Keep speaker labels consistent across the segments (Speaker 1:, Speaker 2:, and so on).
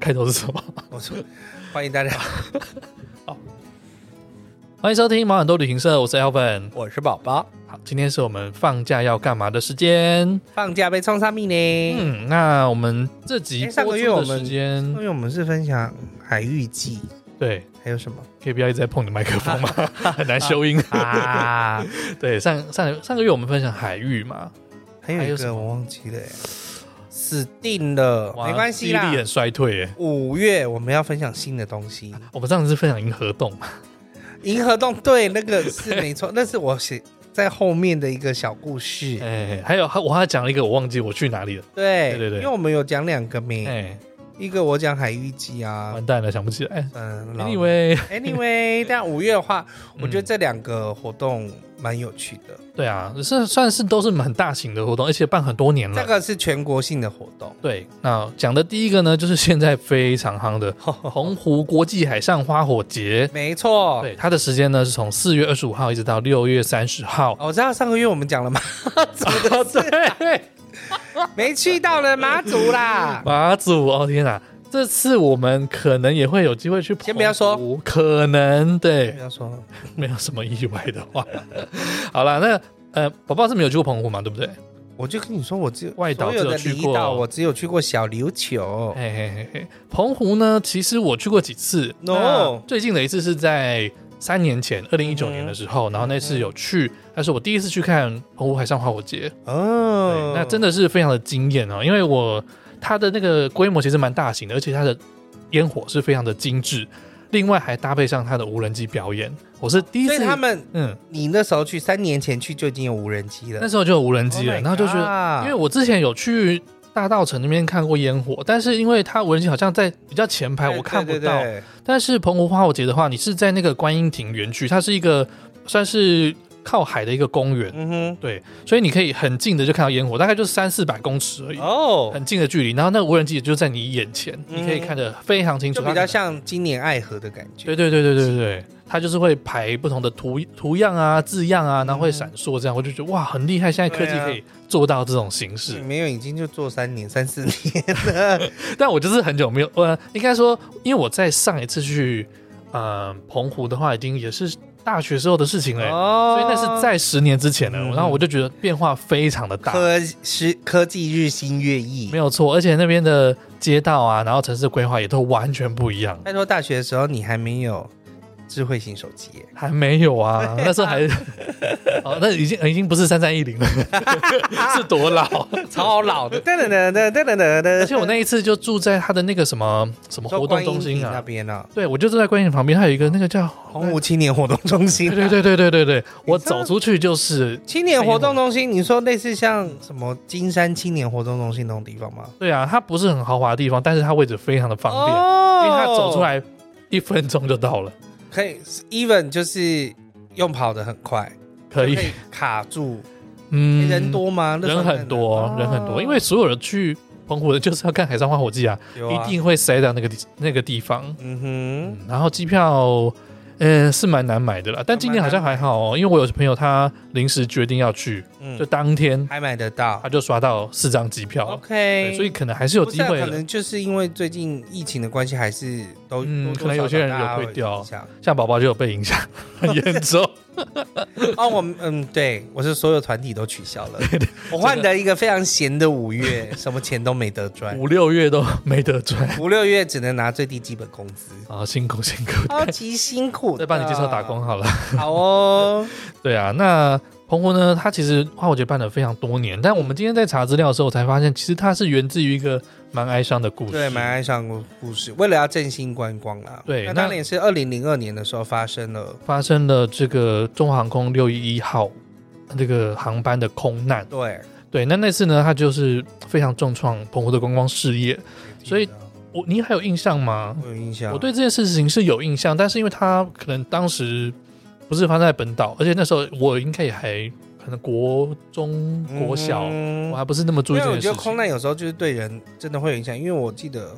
Speaker 1: 开头是什么？
Speaker 2: 我说， 欢迎大家，
Speaker 1: 欢迎收听毛很多旅行社，我是 Alvin。
Speaker 2: 我是宝宝。
Speaker 1: 好，今天是我们放假要干嘛的时间。
Speaker 2: 放假被冲上命呢？
Speaker 1: 嗯，那我们这集
Speaker 2: 诶哎上
Speaker 1: 播
Speaker 2: 个
Speaker 1: 出
Speaker 2: 月我
Speaker 1: 的
Speaker 2: 们嗯
Speaker 1: 时
Speaker 2: 因
Speaker 1: 间，
Speaker 2: 为我们是分享海域记，
Speaker 1: 对，
Speaker 2: 还有什么
Speaker 1: 可以不要一直在碰你的麦克 风吗？很难修音。
Speaker 2: 啊？
Speaker 1: 对，上上上个月我们分享海域嘛，
Speaker 2: 还
Speaker 1: 还
Speaker 2: 有
Speaker 1: 有
Speaker 2: 一
Speaker 1: 什
Speaker 2: 个
Speaker 1: 么
Speaker 2: 我忘记了耶，死定了，
Speaker 1: 哇
Speaker 2: 没关系
Speaker 1: 记忆
Speaker 2: 啦
Speaker 1: 力。很衰退耶。
Speaker 2: 五月我们要分享新的 东西，
Speaker 1: 我们上次分享银河洞嘛，
Speaker 2: 银河洞对，那个是没错， 那是我写在后面的一个小故事。
Speaker 1: 哎，还有还我还讲了一个我忘记我去哪里了，
Speaker 2: 对
Speaker 1: 对对对
Speaker 2: 因为我们有讲两个名，
Speaker 1: 哎，
Speaker 2: 一个我讲海域记嗯啊，
Speaker 1: 完蛋了，想不起来。
Speaker 2: 嗯老
Speaker 1: Anyway，
Speaker 2: Anyway，但 五月的话，我觉得
Speaker 1: 嗯
Speaker 2: 这两个活动蛮有趣的。
Speaker 1: 对啊，是算是都是很大型的活动，而且办很多年
Speaker 2: 这
Speaker 1: 了。
Speaker 2: 个是全国性的活动，
Speaker 1: 对，那讲的第一个呢，就是现在非常夯 的澎湖国际海上花火节。
Speaker 2: 没错。
Speaker 1: 对，它的时间呢是从四月二十五号一直到六月三十号。
Speaker 2: 哦我知道上个月我们讲了马祖的 事，
Speaker 1: 对，
Speaker 2: 没去到了马祖啦。
Speaker 1: 马祖，哦天哪！这次我们可能也会有机会去澎湖，
Speaker 2: 先不要说
Speaker 1: 可能对
Speaker 2: 不，要说
Speaker 1: 没有什么意外的话。 好啦，那呃，宝宝是没有去过澎湖嘛，对不对？
Speaker 2: 我就跟你说，我只有
Speaker 1: 外岛
Speaker 2: 所有的
Speaker 1: 只有去
Speaker 2: 离
Speaker 1: 过
Speaker 2: 岛，我只有去过小琉球。
Speaker 1: 嘿嘿嘿嘿，澎湖呢，其实我去过几次。
Speaker 2: No
Speaker 1: 那最近的一次是在三年前，二零一九年
Speaker 2: 嗯
Speaker 1: 的时候，然后那次有去，但是我第一次去看澎湖海上花火节，
Speaker 2: 哦
Speaker 1: 对，，那真的是非常的惊艳哦，因为我它的那个规模其实蛮大型的，而且它的烟火是非常的精致，另外还搭配上它的无人机表演，我是第一
Speaker 2: 所以
Speaker 1: 次，
Speaker 2: 他们，
Speaker 1: 嗯，
Speaker 2: 你那时候去，三年前去就已经有无人机
Speaker 1: 那
Speaker 2: 了。
Speaker 1: 时候就有无人
Speaker 2: ，Oh
Speaker 1: 机了，然后就觉得。
Speaker 2: 得
Speaker 1: 因为我之前有去大道城那边看过烟火，但是因为它无人机好像在比较前哎排，我看不到。但是澎湖花火节的话，你是在那个观音亭园区，它是一个算是靠海的一个公园，
Speaker 2: 嗯
Speaker 1: 对，所以你可以很近的就看到烟火，大概就是三四百公尺而已
Speaker 2: 哼，。哦，
Speaker 1: 很近的距离，然后那个无人机也就在你眼前，
Speaker 2: 嗯
Speaker 1: 你可以看得非常清楚，
Speaker 2: 就比较像今年爱河的感觉。
Speaker 1: 对对对对对对对，它就是会排不同的图图样啊、字样啊，然后会闪烁，这样我就觉得哇，很厉害！现在科技
Speaker 2: 对啊
Speaker 1: 可以做到这种形式，
Speaker 2: 嗯没有，已经就做三年、三四年。
Speaker 1: 但我就是很久没有，呃，应该说，因为我在上一次去，呃，澎湖的话，已经也是大学时候的事情了欸、
Speaker 2: 哦
Speaker 1: 所以那是在十年之前了。
Speaker 2: 嗯
Speaker 1: 然后我就觉得变化非常的大，
Speaker 2: 科是科技日新月异
Speaker 1: 没。有错，而且那边的街道啊，然后城市规划也都完全不一样。
Speaker 2: 拜托，大学的时候你还没有智慧型手机耶，
Speaker 1: 还没有 啊，那时候还，哦，那已经已经不是三三一零 了，是多老。
Speaker 2: 超老的。噔噔噔噔噔噔噔。
Speaker 1: 而且我那一次就住在他的那个什么什么
Speaker 2: 说
Speaker 1: 活动
Speaker 2: 观音
Speaker 1: 中心
Speaker 2: 亭那
Speaker 1: 啊，
Speaker 2: 边啊，
Speaker 1: 对我就住在观音亭旁边，它有一个那个叫
Speaker 2: 澎湖青年活动中心。
Speaker 1: 对对对对对对，我
Speaker 2: 知道
Speaker 1: 走出去就是，
Speaker 2: 青年活动中心，你说类似像什么金山青年活动中心那种地方吗？
Speaker 1: 对啊，它不是很豪华的地方，但是它位置非常的方便，
Speaker 2: 哦
Speaker 1: 因为它走出来一分钟就到了，
Speaker 2: 可以，even 就是用跑的很快，
Speaker 1: 可以
Speaker 2: 就，卡住。
Speaker 1: 嗯，
Speaker 2: 人，多吗？那时候
Speaker 1: 人很多
Speaker 2: 在，哪
Speaker 1: 人很多，因为所有人去澎湖的就是要看海上花火季啊，
Speaker 2: 有啊
Speaker 1: 一定会塞到那个地那个地方，
Speaker 2: 嗯哼。
Speaker 1: 然后机票。嗯，是蛮难买的啦，但今年好像还好哦，因为我有朋友他临时决定要去，
Speaker 2: 嗯
Speaker 1: 就当天
Speaker 2: 还买得到
Speaker 1: 他就刷到四张机票，对
Speaker 2: OK，
Speaker 1: 所以可能还是有
Speaker 2: 不
Speaker 1: 机
Speaker 2: 是啊
Speaker 1: 会
Speaker 2: 可
Speaker 1: 的。
Speaker 2: 能就是因为最近疫情的关系，还是都
Speaker 1: 嗯
Speaker 2: 多多
Speaker 1: 可能有些人
Speaker 2: 少少大家
Speaker 1: 有退掉
Speaker 2: 影响
Speaker 1: 像宝宝就有被 影响，很严重。
Speaker 2: 哦，我们嗯，对我是所有团体都取消 了，我换得一个非常闲的五月，什么钱都没得赚，
Speaker 1: 五六月都没得赚
Speaker 2: 五六月只能拿最低基本工 资，
Speaker 1: 啊，辛苦辛苦，
Speaker 2: 超级辛苦。
Speaker 1: 再帮你介绍打工，好了。
Speaker 2: 好哦。
Speaker 1: 对啊，那澎湖呢，它其实花火节办了非常多年，但我们今天在查资料的时候才发现，其实它是源自于一个蛮哀伤的 故事。
Speaker 2: 对，蛮爱上故事，为了要振兴观光啦。
Speaker 1: 对
Speaker 2: 那
Speaker 1: 那
Speaker 2: 当年是二零零二年的时候发生了，
Speaker 1: 发生了这个中华航空六一一号这个航班的空难。
Speaker 2: 对，
Speaker 1: 对，那那次呢，它就是非常重创澎湖的观光事业。所以我，你还有印象吗？
Speaker 2: 我有印象，
Speaker 1: 我对这件事情是有印象，但是因为它可能当时不是发生在本岛，而且那时候我应该也还可能国中、国小，
Speaker 2: 嗯
Speaker 1: 我还不是那么注意
Speaker 2: 因为
Speaker 1: 这
Speaker 2: 我
Speaker 1: 件
Speaker 2: 觉
Speaker 1: 事
Speaker 2: 得空
Speaker 1: 情。
Speaker 2: 难有时候就是对人真的会有影响，因为我记得，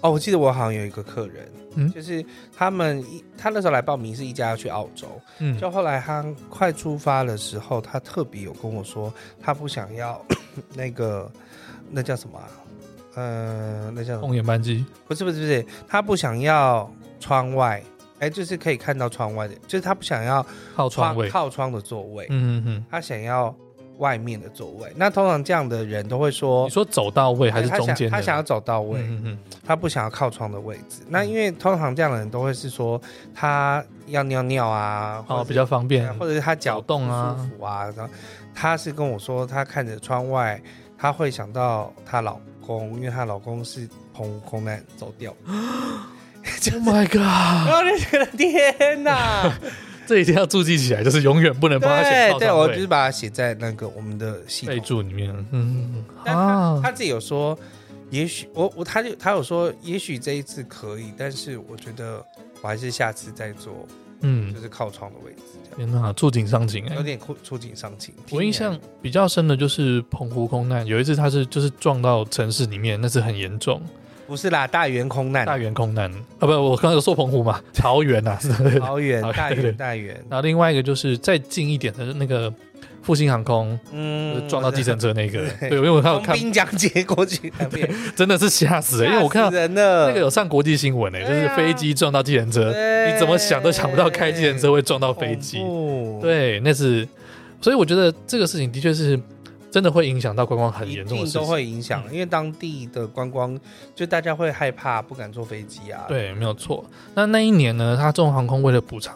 Speaker 2: 哦，我记得我好像有一个客人，
Speaker 1: 嗯
Speaker 2: 就是他们一他那时候来报名是一家要去澳洲，
Speaker 1: 嗯，
Speaker 2: 就后来他快出发的时候，他 特别有跟我说，他不想要那个那叫什么啊、呃，那叫什么
Speaker 1: 红眼班机，
Speaker 2: 不是不是不是，他不想要窗外，哎，就是可以看到窗外的，就是他不想要
Speaker 1: 靠窗位，
Speaker 2: 靠窗的座位，
Speaker 1: 嗯嗯
Speaker 2: 他想要外面的座位。那通常这样的人都会
Speaker 1: 嗯，
Speaker 2: 说
Speaker 1: 你，说走到位还是
Speaker 2: 哎他
Speaker 1: 中
Speaker 2: 想
Speaker 1: 间的？
Speaker 2: 他想要走到位，
Speaker 1: 嗯嗯
Speaker 2: 他不想要靠窗的位置。那因为通常这样的人都会是说他要尿尿啊，
Speaker 1: 嗯，哦，比
Speaker 2: 较
Speaker 1: 较方便，
Speaker 2: 或者是他脚
Speaker 1: 走动啊
Speaker 2: 不舒服啊，然后他是跟我说他看着窗外，他会想到她老公，因为她老公是空空难走 掉。
Speaker 1: Oh my
Speaker 2: 然
Speaker 1: god！
Speaker 2: 后我就觉得天哪！
Speaker 1: 这一定要注记起来，就是永远不能 帮他写
Speaker 2: 对
Speaker 1: 靠
Speaker 2: 对，
Speaker 1: 窗
Speaker 2: 我就是
Speaker 1: 位
Speaker 2: 把它写在那个我们的系
Speaker 1: 备
Speaker 2: 统。
Speaker 1: 注里面。嗯
Speaker 2: 但他
Speaker 1: 啊，
Speaker 2: 他自己有说，也许我我他就他有说，也许这一次可以，但是我觉得我还是下次再做，
Speaker 1: 嗯
Speaker 2: 就，是靠窗的位置这样。
Speaker 1: 天哪，触景伤情哎
Speaker 2: 有！点触触景伤情。
Speaker 1: 我印象比较深的就是澎湖空难，有一次他是就是撞到城市里面，那是很严重，
Speaker 2: 不是啦，大圆空难，
Speaker 1: 大园空难啊，不，我刚刚有说澎湖嘛，桃园呐、啊， 是的
Speaker 2: 桃园
Speaker 1: 桃园
Speaker 2: 大
Speaker 1: 对对
Speaker 2: 圆大圆，
Speaker 1: 然后另外一个就是再近一点的那个复兴航空、就是
Speaker 2: 嗯
Speaker 1: 撞到计程车那个，
Speaker 2: 对
Speaker 1: 对，因为我看我
Speaker 2: 从
Speaker 1: 看
Speaker 2: 滨江街过去那 边，
Speaker 1: 真的是吓死欸了，因为我看
Speaker 2: 吓
Speaker 1: 到
Speaker 2: 死人了
Speaker 1: 那个有上国际新闻诶、就是飞机撞到计程车，
Speaker 2: 对
Speaker 1: 你怎么想都想不到开计程车会撞到飞机，
Speaker 2: 恐怖，
Speaker 1: 对，那是，所以我觉得这个事情的确是真的会影响到观光很
Speaker 2: 一
Speaker 1: 严重的
Speaker 2: 定
Speaker 1: 事
Speaker 2: 都
Speaker 1: 情，
Speaker 2: 会影响，因为当地的观光就大家会害怕，不敢坐飞机啊。
Speaker 1: 对，没有错。那那一年呢，他中华航空为了补偿，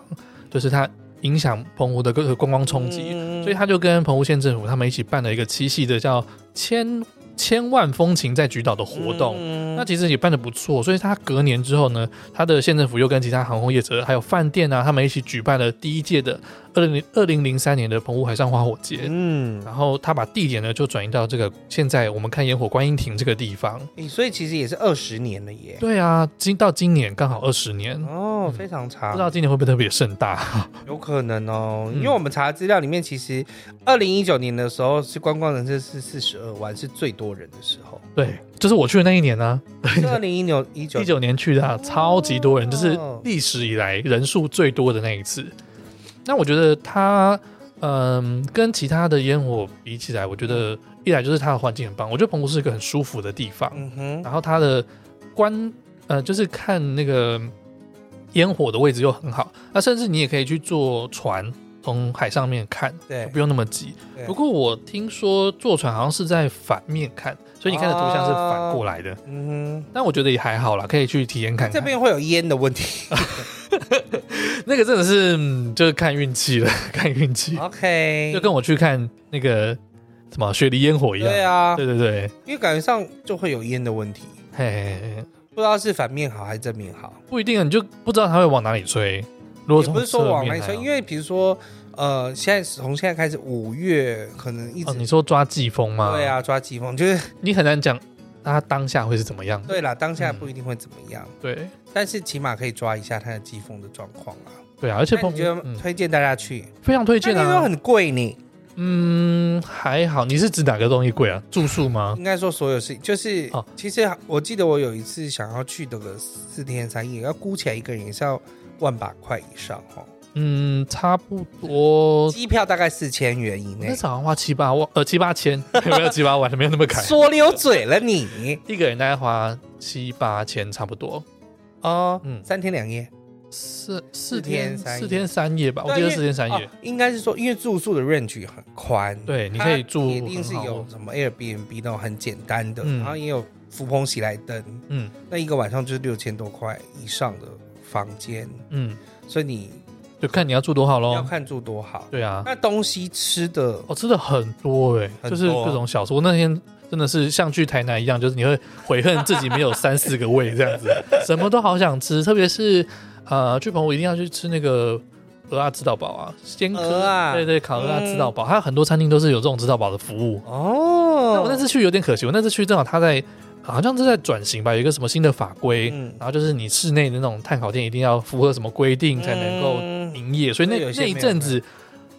Speaker 1: 就是它影响澎湖的各个观光冲击，
Speaker 2: 嗯
Speaker 1: 所以他就跟澎湖县政府他们一起办了一个七系的叫千千万风情在菊岛的活动。
Speaker 2: 嗯
Speaker 1: 那其实也办得不错，所以他隔年之后呢，他的县政府又跟其他航空业者还有饭店啊，他们一起举办了第一届的二零零二零零三年的澎湖海上花火节。
Speaker 2: 嗯，
Speaker 1: 然后他把地点呢就转移到这个现在我们看烟火观音亭这个地方。
Speaker 2: 诶所以其实也是二十年了耶。
Speaker 1: 对啊，今到今年刚好二十年，
Speaker 2: 哦
Speaker 1: 嗯，
Speaker 2: 非常
Speaker 1: 不
Speaker 2: 长
Speaker 1: 知，道今年会不会特别盛大？
Speaker 2: 有可能哦，
Speaker 1: 嗯
Speaker 2: 因为我们查资料里面，其实二零一九年的时候是观光人次是四十二万，是最多人的时 候。
Speaker 1: 对，就是我去的那一年呢、
Speaker 2: 二零一九一九
Speaker 1: 一九年去的、啊，超级多人，就是
Speaker 2: 哦
Speaker 1: 历史以来人数最多的那一次。那我觉得它，嗯，跟其他的烟火比起来，我觉得一来就是它的环境很棒，我觉得澎湖是一个很舒服的地方，
Speaker 2: 嗯哼，
Speaker 1: 然后它的观，呃，就是看那个烟火的位置又很好，那甚至你也可以去坐船从海上面看，
Speaker 2: 对
Speaker 1: 不，用那么急
Speaker 2: 对。
Speaker 1: 不过我听说坐船好像是在反面看，所以你看的图像是
Speaker 2: 啊
Speaker 1: 反过来的。
Speaker 2: 嗯
Speaker 1: 但我觉得也还好啦，可以去体验看
Speaker 2: 哼，这
Speaker 1: 看。
Speaker 2: 边会有烟的 问题。
Speaker 1: 那个真的是、嗯就是看运气了， 看运气，
Speaker 2: OK，
Speaker 1: 就跟我去看那个什么雪梨烟火一样。
Speaker 2: 对啊，
Speaker 1: 对对对，
Speaker 2: 因为感觉上就会有烟的问题，
Speaker 1: 嘿嘿嘿嘿，
Speaker 2: 不知道是反面好还是正面好。
Speaker 1: 不一定啊，你就不知道它会往哪里吹。如果
Speaker 2: 也
Speaker 1: 从
Speaker 2: 不是说往
Speaker 1: 侧
Speaker 2: 来
Speaker 1: 面
Speaker 2: 说，因
Speaker 1: 来啊哦
Speaker 2: 为比如说，呃，现在从现在开始，五月可能一直、
Speaker 1: 哦，你说抓季风吗？
Speaker 2: 对，啊，抓季风，就是
Speaker 1: 你很难讲它当下会是怎么样的。
Speaker 2: 对啦，当下不一定会怎么样，
Speaker 1: 对
Speaker 2: 但是起码可以抓一下它的季风的状况啊。
Speaker 1: 对啊，而且
Speaker 2: 那
Speaker 1: 澎
Speaker 2: 你
Speaker 1: 湖
Speaker 2: 觉得
Speaker 1: 嗯
Speaker 2: 推荐大家去？
Speaker 1: 非常推荐
Speaker 2: 那听说
Speaker 1: 啊。
Speaker 2: 很贵呢，
Speaker 1: 嗯，还好，你是指哪个东西贵啊？住宿吗？
Speaker 2: 应该说所有事情就是，
Speaker 1: 哦
Speaker 2: 其实我记得我有一次想要去的个四天三夜，要估起来一个人也是要万把块以上哦，
Speaker 1: 嗯，差不多，
Speaker 2: 机票大概四千元以
Speaker 1: 那
Speaker 2: 内。
Speaker 1: 次好像花七八万，呃，七八千，没有七八万，没有那么砍。
Speaker 2: 说溜嘴了你
Speaker 1: 一个人大概花七八千，差不多
Speaker 2: 哦，
Speaker 1: 嗯
Speaker 2: 三天两夜，
Speaker 1: 四四
Speaker 2: 天
Speaker 1: 天
Speaker 2: 三夜
Speaker 1: 四天三夜吧，
Speaker 2: 对
Speaker 1: 我记得
Speaker 2: 因为
Speaker 1: 四天三夜
Speaker 2: 哦。应该是说，因为住宿的 range 很宽，
Speaker 1: 对你
Speaker 2: 它
Speaker 1: 可以住
Speaker 2: 一定是
Speaker 1: 很好哦
Speaker 2: 有什么 Airbnb 那种很简单的，
Speaker 1: 嗯
Speaker 2: 然后也有扶风喜来登，
Speaker 1: 嗯
Speaker 2: 那一个晚上就是六千多块以上的房间，
Speaker 1: 嗯，
Speaker 2: 所以你
Speaker 1: 就看你要住多好
Speaker 2: 要
Speaker 1: 喽。
Speaker 2: 看住多好。
Speaker 1: 对啊，
Speaker 2: 那东西吃的
Speaker 1: 我吃哦的很多哎，
Speaker 2: 很多啊
Speaker 1: 就是各种小吃。我那天真的是像去台南一样，就是你会悔恨自己没有三四个胃这样子，什么都好想吃，特别是呃，去澎湖一定要去吃那个。鹅啊，吃到饱啊，鲜
Speaker 2: 鹅
Speaker 1: 科
Speaker 2: 啊
Speaker 1: 对对，烤鹅啊，
Speaker 2: 嗯
Speaker 1: 吃到饱，它有很多餐厅都是有这种吃到饱的服务。那
Speaker 2: 哦
Speaker 1: 我那次去有点可惜，我那次去正好他在好像是在转型吧，有一个什么新的法规，
Speaker 2: 嗯
Speaker 1: 然后就是你室内的那种碳烤店一定要符合什么规定才能够
Speaker 2: 嗯
Speaker 1: 营业，所以那
Speaker 2: 对有些
Speaker 1: 那一
Speaker 2: 没有
Speaker 1: 阵子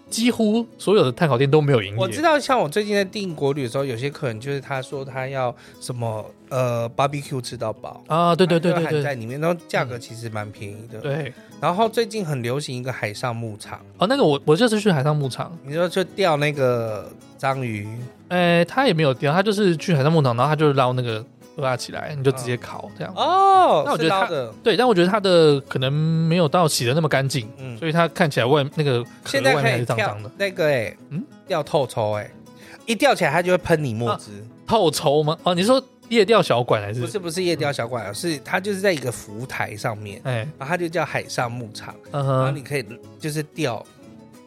Speaker 1: 几乎所有的碳烤店都没有营业。
Speaker 2: 我知道，像我最近在订国旅的时候，有些客人就是他说他要什么呃 barbecue 吃到饱，
Speaker 1: 啊，对对对
Speaker 2: 他
Speaker 1: 对
Speaker 2: 就含
Speaker 1: 对
Speaker 2: 在里面，然后价格其实蛮便宜的。，
Speaker 1: 对，
Speaker 2: 然后最近很流行一个海上牧场，
Speaker 1: 哦，那个我我这次去海上牧场，
Speaker 2: 你说就钓那个章鱼，
Speaker 1: 哎，他也没有钓，他就是去海上牧场，然后他就捞那个合辣起来，你就直
Speaker 2: 嗯
Speaker 1: 接烤这样。
Speaker 2: 哦，
Speaker 1: 那我觉得
Speaker 2: 是
Speaker 1: 它
Speaker 2: 捞的，
Speaker 1: 对，但我觉得它的可能没有到洗的那么干净，
Speaker 2: 嗯，
Speaker 1: 所以它看起来外那个壳
Speaker 2: 现在
Speaker 1: 外面
Speaker 2: 可
Speaker 1: 还
Speaker 2: 以
Speaker 1: 是脏
Speaker 2: 跳
Speaker 1: 脏的，
Speaker 2: 那个哎，
Speaker 1: 嗯
Speaker 2: 嗯，掉透抽哎，一吊起来它就会喷你墨汁，
Speaker 1: 透抽吗？哦，你说夜钓小馆还
Speaker 2: 不
Speaker 1: 是？
Speaker 2: 是不是夜钓小馆，啊是它就是在一个浮台上面，
Speaker 1: 哎，
Speaker 2: 然后它就叫海上牧场，
Speaker 1: 嗯
Speaker 2: 然后
Speaker 1: 哼，
Speaker 2: 你可以就是钓，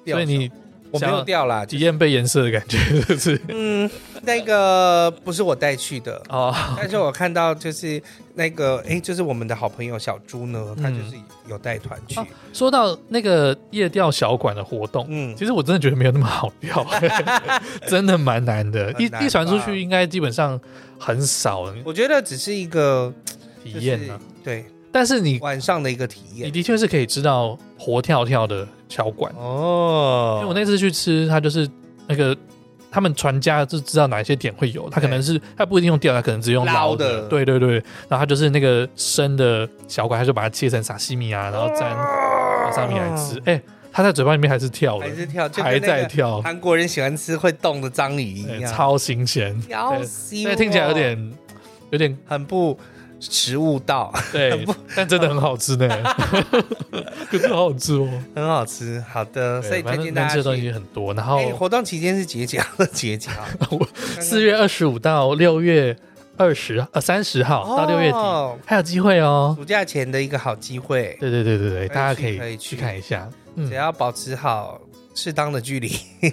Speaker 2: 钓
Speaker 1: 所以你
Speaker 2: 我没
Speaker 1: 想
Speaker 2: 有
Speaker 1: 要
Speaker 2: 钓啦，
Speaker 1: 体验被颜色的感觉是不是？
Speaker 2: 嗯，那个不是我带去的，
Speaker 1: 哦，
Speaker 2: 但是我看到就是那个，哎，就是我们的好朋友小猪呢，
Speaker 1: 嗯
Speaker 2: 他就是有带团去
Speaker 1: 啊，说到那个夜钓小馆的活动，
Speaker 2: 嗯，
Speaker 1: 其实我真的觉得没有那么好 钓，真的蛮难的。
Speaker 2: 很
Speaker 1: 一
Speaker 2: 难吧
Speaker 1: 一传出去，应该基本上很少人
Speaker 2: 我觉得只是一个
Speaker 1: 体验呢、啊。
Speaker 2: 就是对，
Speaker 1: 但是你
Speaker 2: 晚上的一个体
Speaker 1: 你
Speaker 2: 验
Speaker 1: 的确是可以知道活跳跳的小馆，因为我
Speaker 2: 哦。
Speaker 1: 那次去吃，它就是那个他们船家就知道哪一些点会有，它可能是它不一定用钓，它可能只用捞
Speaker 2: 捞的
Speaker 1: 对对对，然后它就是那个生的小馆，它就把它切成沙西米啊，然后沾
Speaker 2: 啊
Speaker 1: 瓦萨米来吃。哎、它在嘴巴里面还是跳的
Speaker 2: 还，是跳，就跟
Speaker 1: 还
Speaker 2: 那
Speaker 1: 在
Speaker 2: 个
Speaker 1: 跳，
Speaker 2: 韩国人喜欢吃会动的章鱼一
Speaker 1: 哎
Speaker 2: 样，
Speaker 1: 超新鲜。
Speaker 2: 要死我！
Speaker 1: 但听起来有点有点
Speaker 2: 很不食物道，
Speaker 1: 对，但真的很好吃呢。 可是好好吃 哦，
Speaker 2: 很好吃。好的，所以
Speaker 1: 对反正
Speaker 2: 推荐
Speaker 1: 能
Speaker 2: 大
Speaker 1: 吃的
Speaker 2: 家
Speaker 1: 东
Speaker 2: 去
Speaker 1: 西。很多。然
Speaker 2: 哎，
Speaker 1: 后
Speaker 2: 活动期间是节假日，节 假日
Speaker 1: 四月二十五到六月二十呃三十号到六月底
Speaker 2: 哦
Speaker 1: 还有机会哦。
Speaker 2: 暑假前的一个好机会，
Speaker 1: 对对对对对，
Speaker 2: 可以
Speaker 1: 大家
Speaker 2: 去
Speaker 1: 可
Speaker 2: 可
Speaker 1: 以
Speaker 2: 以
Speaker 1: 去
Speaker 2: 去
Speaker 1: 看一下。 嗯
Speaker 2: 只，要保持好适当的距离，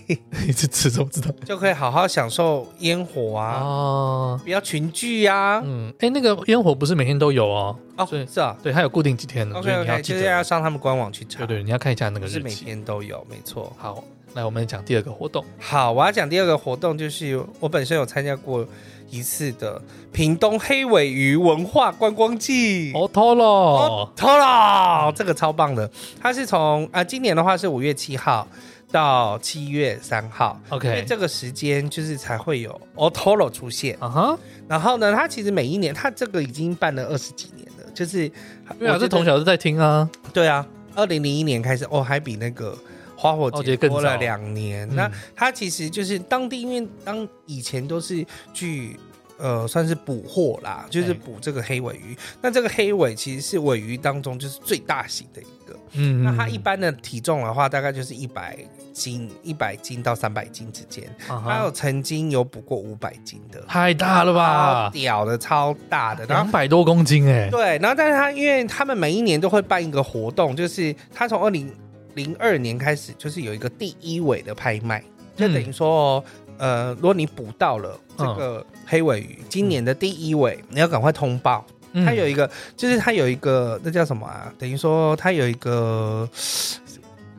Speaker 1: 你是吃都知道
Speaker 2: 就可以好好享受烟火啊，
Speaker 1: 哦。
Speaker 2: 不要群聚啊。
Speaker 1: 嗯，哎，那个烟火不是每天都有哦，
Speaker 2: 哦
Speaker 1: 对，
Speaker 2: 是啊
Speaker 1: 对，它有固定几天的，所以
Speaker 2: ，OK
Speaker 1: 你要
Speaker 2: OK，
Speaker 1: 记
Speaker 2: 就是
Speaker 1: 得
Speaker 2: 要。上他们官网去
Speaker 1: 对
Speaker 2: 查，
Speaker 1: 对，你要看一下那个
Speaker 2: 不
Speaker 1: 日
Speaker 2: 是每
Speaker 1: 期。
Speaker 2: 天都有，没错。
Speaker 1: 好，来我们讲第二个活动。
Speaker 2: 好，我要讲第二个活动，就是我本身有参加过一次的屏东黑尾鱼文化观光季。
Speaker 1: 哦，透喽。
Speaker 2: 偷了，这个超棒的。它是从啊、呃今年的话是五月七号到七月三号，因为
Speaker 1: OK，
Speaker 2: 这个时间就是才会有 Otoro 出现。
Speaker 1: 啊哈，
Speaker 2: 然后呢，它其实每一年，它这个已经办了二十几年了，就是
Speaker 1: 对啊，
Speaker 2: 我觉
Speaker 1: 这
Speaker 2: 得
Speaker 1: 从小就在听啊，
Speaker 2: 对啊，二零零一年开始哦，还比那个花火
Speaker 1: 花火
Speaker 2: 节
Speaker 1: 节更
Speaker 2: 多
Speaker 1: 早
Speaker 2: 了两年。
Speaker 1: 嗯
Speaker 2: 那它其实就是当地，因为当以前都是去。呃，算是捕获啦，就是
Speaker 1: 哎
Speaker 2: 捕这个黑尾鱼。那这个黑尾其实是尾鱼当中就是最大型的一个，
Speaker 1: 嗯，
Speaker 2: 那它一般的体重的话，大概就是一百斤、一百斤到三百斤之间。
Speaker 1: 啊
Speaker 2: 还
Speaker 1: 哈
Speaker 2: 有曾经有捕过五百斤的，
Speaker 1: 太大了
Speaker 2: 超
Speaker 1: 吧，
Speaker 2: 屌的、超大的。然
Speaker 1: 两
Speaker 2: 后
Speaker 1: 百多公斤哎，
Speaker 2: 对，然后但是它因为他们每一年都会办一个活动，就是它从二零零二年开始，就是有一个第一尾的拍卖，
Speaker 1: 嗯
Speaker 2: 就等于说、哦。呃，如果你捕到了这个黑尾鱼，今年的第一尾，你要赶快通报。
Speaker 1: 嗯
Speaker 2: 它有一个，就是它有一个，那叫什么啊？等于说它有一个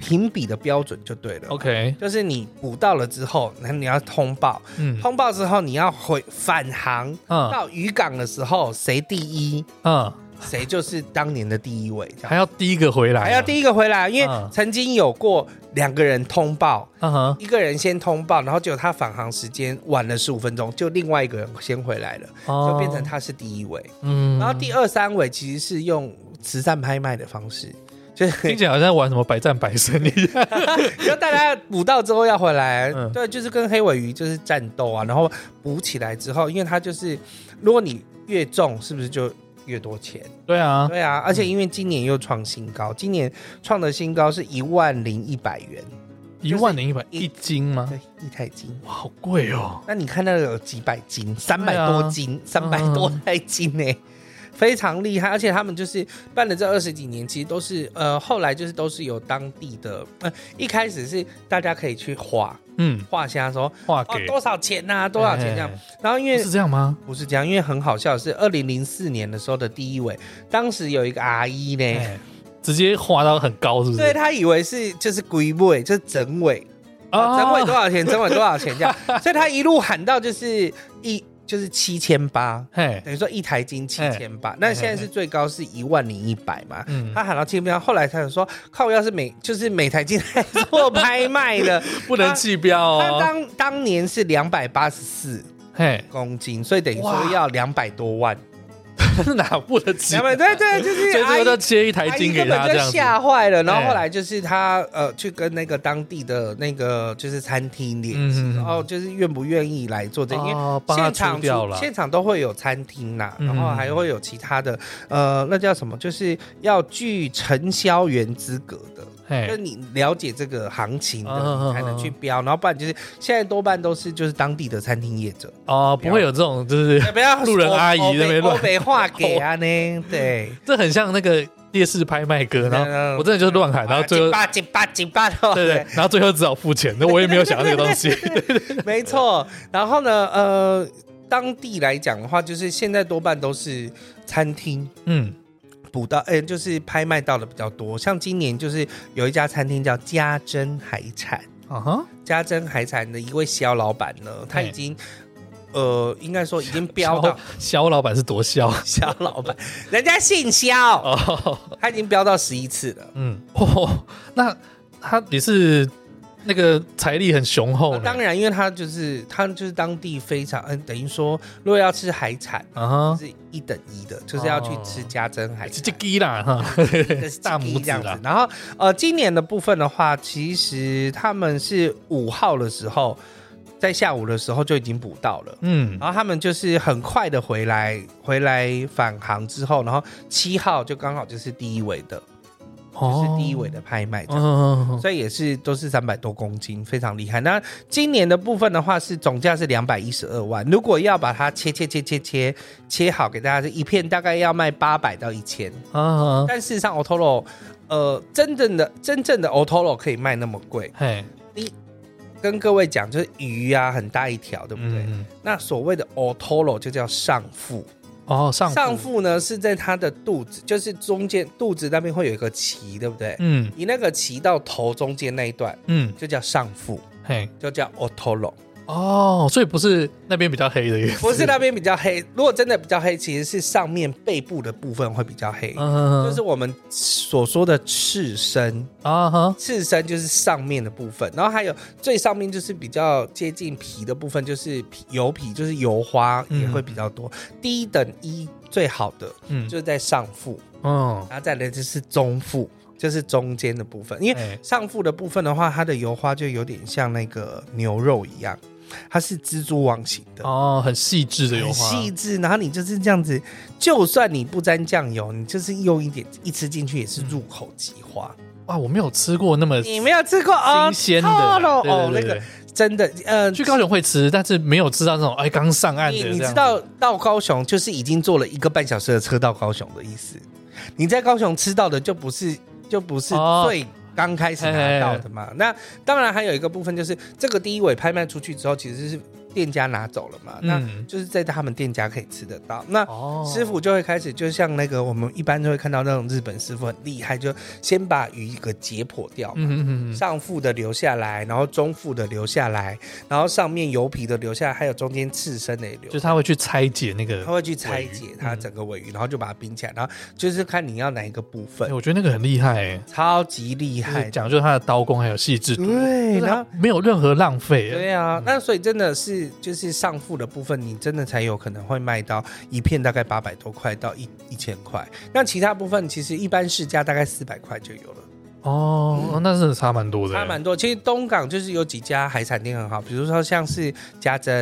Speaker 2: 评比的标准就对了。
Speaker 1: 嗯 OK，
Speaker 2: 就是你捕到了之后，那你要通报，
Speaker 1: 嗯
Speaker 2: 通报之后你要回返航
Speaker 1: 嗯
Speaker 2: 到渔港的时候，谁第一，
Speaker 1: 嗯，
Speaker 2: 谁就是当年的第一位，这
Speaker 1: 还
Speaker 2: 样。
Speaker 1: 要第一个回来啊，
Speaker 2: 还要第一个回来，因为
Speaker 1: 嗯
Speaker 2: 曾经有过两个人通报，
Speaker 1: 啊哈，
Speaker 2: 一个人先通报，然后结果他返航时间晚了十五分钟，就另外一个人先回来了，
Speaker 1: 哦
Speaker 2: 就变成，他是第一位。
Speaker 1: 嗯
Speaker 2: 然后第二三尾其实是用慈善拍卖的方式，就是
Speaker 1: 听起来好像玩什么百战百胜一 样，
Speaker 2: 就大家捕到之后要回来，
Speaker 1: 嗯
Speaker 2: 对，就是跟黑尾鱼就是战斗啊，然后捕起来之后，因为它就是如果你越重，是不是就越多钱？
Speaker 1: 对啊，
Speaker 2: 对啊，而且因为今年又创新高，今年创的新高是一万零一百元，
Speaker 1: 一万零一百一斤吗？
Speaker 2: 对，一台斤。
Speaker 1: 哇，好贵哦，
Speaker 2: 那你看那个有几百斤，三百
Speaker 1: 对啊
Speaker 2: 多斤，三百、
Speaker 1: 嗯
Speaker 2: 多台斤呢、非常厉害。而且他们就是办了这二十几年，其实都是呃，后来就是都是有当地的，呃，一开始是大家可以去划
Speaker 1: 嗯，
Speaker 2: 划虾说，
Speaker 1: 划
Speaker 2: 哦
Speaker 1: 给，
Speaker 2: 多少钱呐、多少钱这样
Speaker 1: 哎？
Speaker 2: 然后因为
Speaker 1: 是这样吗？
Speaker 2: 不是这样，因为很好笑的是，二零零四年的时候的第一位，当时有一个阿姨呢，
Speaker 1: 哎，直接划到很高是不是？
Speaker 2: 对她以为是就是龟尾，就是整尾，
Speaker 1: 啊，
Speaker 2: 整尾多少钱？整尾多少钱 这样？所以她一路喊到就是一就是七千八。
Speaker 1: 嘿，
Speaker 2: 等于说一台斤七千
Speaker 1: 哎
Speaker 2: 八，那现在是最高是一万零一百嘛？
Speaker 1: 嗯
Speaker 2: 她喊到七千八，后来她就说靠，要是每就是每台斤来做拍卖的，
Speaker 1: 不能弃标
Speaker 2: 她
Speaker 1: 哦，
Speaker 2: 当当年是两百八十四，
Speaker 1: 嘿，
Speaker 2: 公斤，所以等于
Speaker 1: 哇
Speaker 2: 说要两百多万。
Speaker 1: 哪付得起？
Speaker 2: 对对对，就 是
Speaker 1: 所以
Speaker 2: 阿
Speaker 1: 这个
Speaker 2: 姨
Speaker 1: 就切一台
Speaker 2: 阿
Speaker 1: 金
Speaker 2: 姨
Speaker 1: 给
Speaker 2: 根
Speaker 1: 他这
Speaker 2: 本就
Speaker 1: 样子。
Speaker 2: 吓坏了，然后
Speaker 1: 哎
Speaker 2: 后来就是他呃去跟那个当地的那个就是餐厅联系，
Speaker 1: 嗯嗯嗯
Speaker 2: 然后就是愿不愿意来做这，因为
Speaker 1: 哦，帮他
Speaker 2: 现
Speaker 1: 除
Speaker 2: 场
Speaker 1: 掉
Speaker 2: 除
Speaker 1: 了。
Speaker 2: 现场都会有餐厅啦，
Speaker 1: 嗯
Speaker 2: 然后还会有其他的呃那叫什么，就是要具承销员资格的。就是
Speaker 1: 哎，
Speaker 2: 你了解这个行情的，
Speaker 1: 嗯嗯嗯
Speaker 2: 你才能去标，然后不然就是现在多半都是就是当地的餐厅业者，
Speaker 1: 哦，不会有这种，就是
Speaker 2: 哎不要
Speaker 1: 路人阿姨那边乱
Speaker 2: 北话给啊呢，对，
Speaker 1: 这很像那个夜市拍卖哥，然后
Speaker 2: 后
Speaker 1: 我真的就是乱喊，然后最后
Speaker 2: 八紧八紧八的，
Speaker 1: 对对，然后最后只好付钱，那我也没有想要那个东 西。
Speaker 2: 没错。然后呢，呃，当地来讲的话，就是现在多半都是餐厅
Speaker 1: 嗯，
Speaker 2: 捕到，哎、就是拍卖到的比较多。像今年就是有一家餐厅叫家珍海产，
Speaker 1: 啊哈，
Speaker 2: 家珍海产的一位肖老板呢，他
Speaker 1: 哎
Speaker 2: 已经。呃，应该说已 经飙到
Speaker 1: 肖老板是多肖
Speaker 2: 肖老板，人家姓肖，
Speaker 1: 哦，
Speaker 2: 他已经飙到十一次了。
Speaker 1: 嗯，哦，那他也是那个财力很雄厚
Speaker 2: 呃
Speaker 1: 呢，
Speaker 2: 当然，因为他就是他就是当地非常，嗯、等于说，如果要吃海产，
Speaker 1: 啊哈，
Speaker 2: 是一等一的，就是要去吃家珍海
Speaker 1: 直
Speaker 2: 产
Speaker 1: 接鸡啦哈，
Speaker 2: 这是
Speaker 1: 大拇
Speaker 2: 这样
Speaker 1: 指啊啦。，
Speaker 2: 子然后呃，今年的部分的话，其实他们是五号的时候，在下午的时候就已经补到了。
Speaker 1: 嗯，
Speaker 2: 然后他们就是很快的回来，回来返航之后，然后七号就刚好就是第一尾的，啊就是第一尾的拍卖这样，
Speaker 1: 哦，
Speaker 2: 所以也是都是三百多公斤，非常厉害。那今年的部分的话是总价是两百一十二万，如果要把它切切切切切切好给大家，是一片大概要卖八百到一千。
Speaker 1: 哦啊哈，
Speaker 2: 但事实上，Otoro，呃，真正的真正的 Otoro 可以卖那么贵，
Speaker 1: 嘿，
Speaker 2: 跟各位讲，就是鱼啊，很大一条，对不对？
Speaker 1: 嗯，嗯
Speaker 2: 那所谓的 Otoro 就叫上腹，
Speaker 1: 哦，上
Speaker 2: 上，腹呢是在它的肚子，就是中间肚子那边会有一个鳍，对不对？
Speaker 1: 嗯
Speaker 2: 你那个鳍到头中间那一段
Speaker 1: 嗯，
Speaker 2: 就叫上腹，
Speaker 1: 嘿，
Speaker 2: 就叫 Otoro，
Speaker 1: 哦，所以不是那边比较黑的意思，
Speaker 2: 不是那边比较黑。如果真的比较黑，其实是上面背部的部分会比较黑，
Speaker 1: 嗯，
Speaker 2: 就是我们所说的赤身。
Speaker 1: 啊哈，
Speaker 2: 刺身就是上面的部分，然后还有最上面就是比较接近皮的部分，就是皮油皮，就是油花也会比较多。低等一最好的
Speaker 1: 嗯
Speaker 2: 就是在上腹，
Speaker 1: 嗯，
Speaker 2: 然后再来就是中腹，就是中间的部分。因为
Speaker 1: 哎
Speaker 2: 上腹的部分的话，它的油花就有点像那个牛肉一样，它是蜘蛛网型的。
Speaker 1: 哦，很细致的油
Speaker 2: 很
Speaker 1: 花，
Speaker 2: 细致，然后你就是这样子，就算你不沾酱油，你就是用一点一吃进去也是入口即化。
Speaker 1: 哇，我没有吃过那么
Speaker 2: 你没有吃过哦，
Speaker 1: 新鲜的，
Speaker 2: 透了哦，
Speaker 1: 对
Speaker 2: 那
Speaker 1: 对
Speaker 2: 个
Speaker 1: 对
Speaker 2: 真的，呃，
Speaker 1: 去高雄会吃，但是没有吃到那种哎刚上岸的
Speaker 2: 你
Speaker 1: 这样
Speaker 2: 你
Speaker 1: 子，
Speaker 2: 知道到高雄就是已经坐了一个半小时的车到高雄的意思。你在高雄吃到的就不是就不是
Speaker 1: 哦
Speaker 2: 最刚开始拿到的嘛？那当然还有一个部分就是这个第一尾拍卖出去之后，其实是店家拿走了嘛，那
Speaker 1: 嗯
Speaker 2: 就是在他们店家可以吃得到。那
Speaker 1: 哦，
Speaker 2: 师傅就会开始，就像那个我们一般就会看到那种日本师傅很厉害，就先把鱼给解剖掉嘛
Speaker 1: 嗯，嗯嗯嗯，
Speaker 2: 上腹的留下来，然后中腹的留下来，然后上面油皮的留下来，还有中间刺身的也留
Speaker 1: 就是。他会去拆解那个
Speaker 2: 他，会去拆解它整个尾鱼，然后就把它冰起来，然后就是看你要哪一个部分
Speaker 1: 哎，我觉得那个很厉害，哎
Speaker 2: 超级厉
Speaker 1: 就是
Speaker 2: 害。嗯
Speaker 1: 讲究他的刀工还有细致度，
Speaker 2: 对，
Speaker 1: 就是
Speaker 2: 然
Speaker 1: 他
Speaker 2: 后
Speaker 1: 没有任何浪费，哎
Speaker 2: 对啊，那所以真的是就是上腹的部分，你真的才有可能会卖到一片大概八百多块到一一千块。那其他部分其实一般市价大概四百块就有了。
Speaker 1: 哦，那真的差蛮多的，
Speaker 2: 差
Speaker 1: 哎
Speaker 2: 蛮多。其实东港就是有几家海产店很好，比如说像是家珍，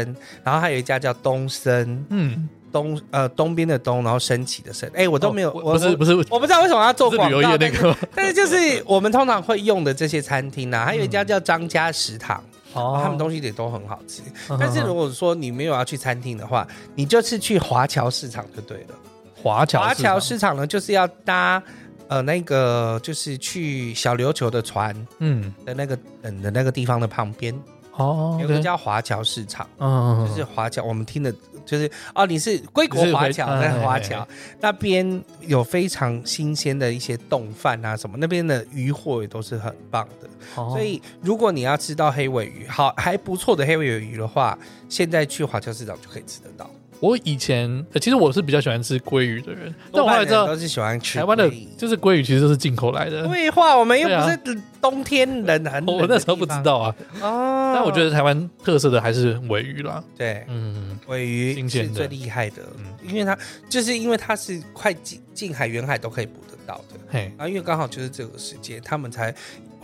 Speaker 2: 然后还有一家叫东升，
Speaker 1: 嗯，
Speaker 2: 东呃东边的东，然后升起的升。哎、我都没有，
Speaker 1: 哦
Speaker 2: 我
Speaker 1: 不是不是不
Speaker 2: 我不知道为什么要做
Speaker 1: 是
Speaker 2: 广
Speaker 1: 旅游
Speaker 2: 告
Speaker 1: 业那，个吗，
Speaker 2: 但是但是就是我们通常会用的这些餐 厅啊，还有一家叫张家食堂，
Speaker 1: 哦
Speaker 2: 他们东西也都很好吃。
Speaker 1: 嗯
Speaker 2: 但是
Speaker 1: 嗯嗯
Speaker 2: 如果说你没有要去餐厅的话，你就是去华侨市场就对了。
Speaker 1: 华侨
Speaker 2: 华侨
Speaker 1: 市
Speaker 2: 市场呢，就是要搭呃那个就是去小琉球的船，
Speaker 1: 场，嗯，
Speaker 2: 的那个等的那个地方的旁边，
Speaker 1: 哦，
Speaker 2: 有
Speaker 1: OK
Speaker 2: 个叫华侨市场，
Speaker 1: 嗯，嗯
Speaker 2: 就是华侨，我们听的就是哦，你是归国华侨，
Speaker 1: 你是回
Speaker 2: 在 华侨
Speaker 1: 哎
Speaker 2: 那边有非常新鲜的一些冻饭啊什么，那边的鱼货也都是很棒的。所
Speaker 1: 所
Speaker 2: 以如果你要吃到黑尾鱼，好还不错的黑尾鱼的话，现在去华侨市场就可以吃得到。
Speaker 1: 我以前、呃其实我是比较喜欢吃鲑鱼的人，但
Speaker 2: 多
Speaker 1: 我后
Speaker 2: 半
Speaker 1: 来知
Speaker 2: 人
Speaker 1: 道
Speaker 2: 都是喜欢吃
Speaker 1: 台湾的
Speaker 2: 鲑鱼啊
Speaker 1: 就是鲑鱼其实都是进口来的，
Speaker 2: 对话，我们又
Speaker 1: 对啊
Speaker 2: 不是冬天人很冷的
Speaker 1: 我那时候不知道啊。
Speaker 2: 地方哦。
Speaker 1: 但我觉得台湾特色的还是尾鱼啦，
Speaker 2: 对
Speaker 1: 嗯，
Speaker 2: 尾鱼
Speaker 1: 新
Speaker 2: 是
Speaker 1: 鲜的
Speaker 2: 最厉害的，
Speaker 1: 嗯
Speaker 2: 因为它就是因为它是快近近海、远海都可以捕得到的。啊
Speaker 1: 嘿，
Speaker 2: 然后因为刚好就是这个时间，他们才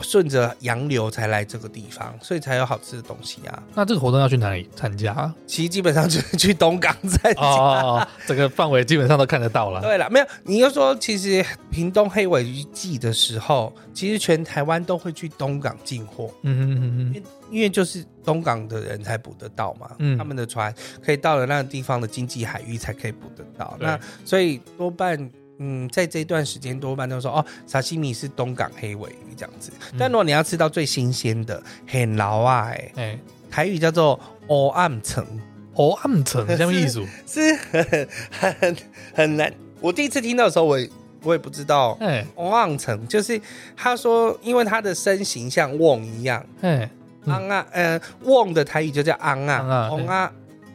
Speaker 2: 顺着洋流才来这个地方，所以才有好吃的东西啊。
Speaker 1: 那这个活动要去哪里参 加啊？
Speaker 2: 其实基本上就是去东港再
Speaker 1: 哦哦，哦整个范围基本上都看得到了。
Speaker 2: 对了，没有，你就说其实屏东黑尾鱼季的时候，其实全台湾都会去东港进货，
Speaker 1: 嗯嗯嗯 嗯，
Speaker 2: 因为因为就是东港的人才捕得到嘛，
Speaker 1: 嗯
Speaker 2: 他们的船可以到了那个地方的经济海域才可以捕得到。
Speaker 1: 对
Speaker 2: 那所以多半。嗯，在这一段时间，多半都说哦，沙西米是东港黑尾鱼这样子。
Speaker 1: 嗯
Speaker 2: 但如果你要吃到最新鲜的，很老啊、欸，
Speaker 1: 哎，
Speaker 2: 台语叫做“欧暗层
Speaker 1: 哦，暗层什么意 思？”，
Speaker 2: 是很很很难。我第一次听到的时候，我也我也不知道
Speaker 1: 哎
Speaker 2: “欧暗层”就是他说，因为他的身形像瓮一样，
Speaker 1: 哎，嗯
Speaker 2: 昂啊，呃，瓮的台语就叫昂
Speaker 1: 昂
Speaker 2: 啊
Speaker 1: 啊，
Speaker 2: 昂啊，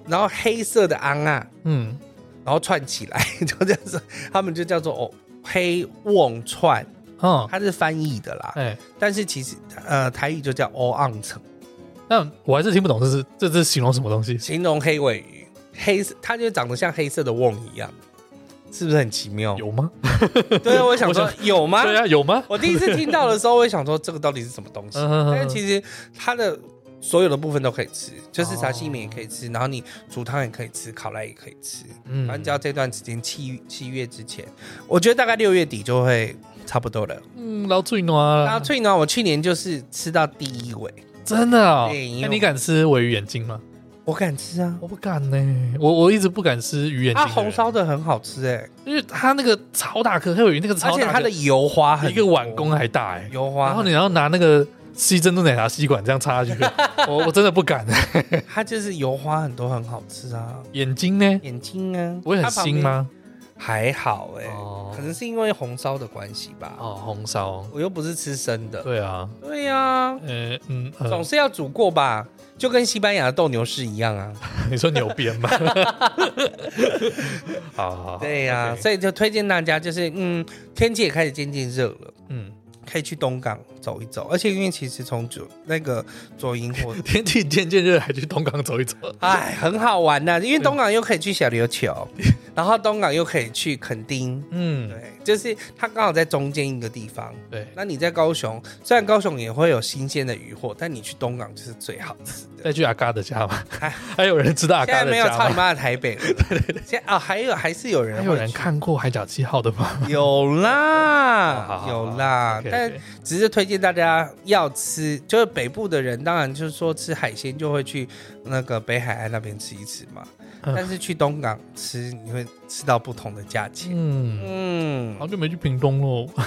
Speaker 2: 然后黑色的昂啊，
Speaker 1: 嗯，
Speaker 2: 然后串起来 就这样子，他们就叫做哦黑瓮串，
Speaker 1: 哦，
Speaker 2: 它是翻译的啦，
Speaker 1: 哎，
Speaker 2: 但是其实呃台语就叫欧昂层，
Speaker 1: 那我还是听不懂这是这是形容什么东西
Speaker 2: 形容黑尾鱼，黑色，它就长得像黑色的瓮一样，是不是很奇妙？
Speaker 1: 有吗？
Speaker 2: 对啊，我想说
Speaker 1: 我
Speaker 2: 有吗？
Speaker 1: 对啊，有吗？
Speaker 2: 我第一次听到的时候，我也想说这个到底是什么东西？
Speaker 1: 嗯哼哼
Speaker 2: 但是其实它的所有的部分都可以吃，就是炸西米也可以吃，然后你煮汤也可以吃，烤来也可以吃。
Speaker 1: 嗯
Speaker 2: 反正只要这段时间七七月之前，我觉得大概六月底就会差不多了。
Speaker 1: 嗯，老最暖啊，
Speaker 2: 然后翠呢，我去年就是吃到第一尾，
Speaker 1: 真的哦，
Speaker 2: 对因为
Speaker 1: 那
Speaker 2: 我
Speaker 1: 你敢吃尾鱼眼睛吗？
Speaker 2: 我敢吃啊，
Speaker 1: 我不敢呢、我我一直不敢吃鱼眼睛。
Speaker 2: 它啊红，烧的很好吃哎、
Speaker 1: 因为它那个超大颗黑尾鱼，那个
Speaker 2: 而
Speaker 1: 超
Speaker 2: 且
Speaker 1: 大
Speaker 2: 它的油花
Speaker 1: 颗
Speaker 2: 很
Speaker 1: 一个碗
Speaker 2: 多啊
Speaker 1: 公还大哎、
Speaker 2: 油花
Speaker 1: 然后
Speaker 2: 很
Speaker 1: 你要拿那个吸珍珠奶茶吸管这样 插下去，我我真的不敢。
Speaker 2: 多，它就是油花很多，很好吃啊。
Speaker 1: 眼睛呢？
Speaker 2: 眼睛啊，
Speaker 1: 不会
Speaker 2: 它
Speaker 1: 很
Speaker 2: 旁
Speaker 1: 腥
Speaker 2: 边？
Speaker 1: 吗？
Speaker 2: 还好哎、
Speaker 1: 哦
Speaker 2: 可能是因为红烧的关系吧。
Speaker 1: 哦，红烧。
Speaker 2: 我又不是吃生的。
Speaker 1: 对啊，
Speaker 2: 对呀、
Speaker 1: 呃嗯，
Speaker 2: 总
Speaker 1: 呃、
Speaker 2: 是要煮过吧，就跟西班牙的斗牛士一样啊。
Speaker 1: 你说牛鞭吗？ 好好好，
Speaker 2: 对呀、
Speaker 1: OK
Speaker 2: 所以就推荐大家，就是嗯，天气也开始渐渐热了，
Speaker 1: 嗯，
Speaker 2: 可以去东港走一走。而且因为其实从左那个左营 火，
Speaker 1: 天气渐渐热，还去东港走一走。
Speaker 2: 哎，很好玩呐、因为东港又可以去小琉球， 然后东港又可以去垦丁。
Speaker 1: 嗯，
Speaker 2: 对，就是它刚好在中间一个地方。
Speaker 1: 对。
Speaker 2: 那你在高雄，虽然高雄也会有新鲜的渔获，但你去东港就是最好吃的。
Speaker 1: 再去阿嘎的家吗？
Speaker 2: 哎
Speaker 1: 还有人知道阿
Speaker 2: 现
Speaker 1: 嘎
Speaker 2: 在
Speaker 1: 的
Speaker 2: 没有
Speaker 1: 家
Speaker 2: 操你
Speaker 1: 吗？
Speaker 2: 妈的 台北了，现在啊、还有还是有人
Speaker 1: 还
Speaker 2: 会
Speaker 1: 有人
Speaker 2: 去
Speaker 1: 看过《海角七号》的吗？
Speaker 2: 有
Speaker 1: 好好
Speaker 2: 啦
Speaker 1: 好，
Speaker 2: 有啦
Speaker 1: OK，OK，
Speaker 2: 啊但只是推荐大家要吃，就是北部的人当然就是说吃海鲜就会去那个北海岸那边吃一吃嘛，
Speaker 1: 嗯
Speaker 2: 但是去东港吃你会吃到不同的价钱。
Speaker 1: 嗯，
Speaker 2: 嗯，
Speaker 1: 好久没去屏东喽，到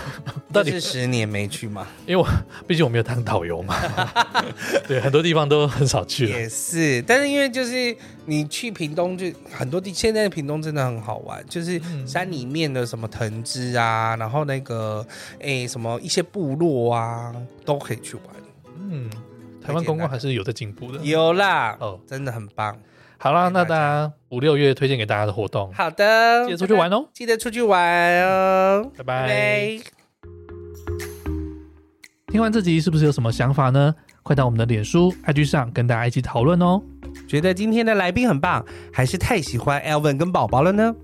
Speaker 2: 但
Speaker 1: 底
Speaker 2: 是十年没 去嘛，
Speaker 1: 因为我毕竟我没有当导游 嘛，对，很多地方都很少去了。
Speaker 2: 也是，但是因为就是你去屏东就很多地，现在的屏东真的很好玩，就是山里面的什么藤枝啊，然后那个诶、什么一些部落啊，都可以去玩。
Speaker 1: 嗯，台湾观光还是有在进步的。
Speaker 2: 有啦，
Speaker 1: 哦，
Speaker 2: 真的很棒。
Speaker 1: 好啦，那大家五六月推荐给大家的活动，
Speaker 2: 好的，
Speaker 1: 记得出去玩哦，
Speaker 2: 记得出去玩哦，
Speaker 1: 拜
Speaker 2: 拜
Speaker 1: 拜。
Speaker 2: 拜。
Speaker 1: 听完这集是不是有什么想法呢？快到我们的脸书、IG 上跟大家一起讨论哦。
Speaker 2: 觉得今天的来宾很棒，还是太喜欢 Elvin 跟宝宝了呢？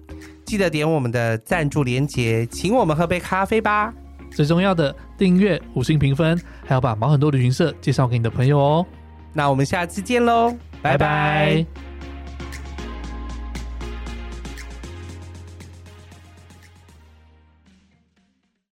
Speaker 2: 记得点我们的赞助连结，请我们喝杯咖啡吧。
Speaker 1: 最重要的，订阅、五星评分，还要把毛很多旅行社介绍给你的朋友哦。
Speaker 2: 那我们下次见喽，
Speaker 1: 拜
Speaker 2: 拜拜
Speaker 1: 拜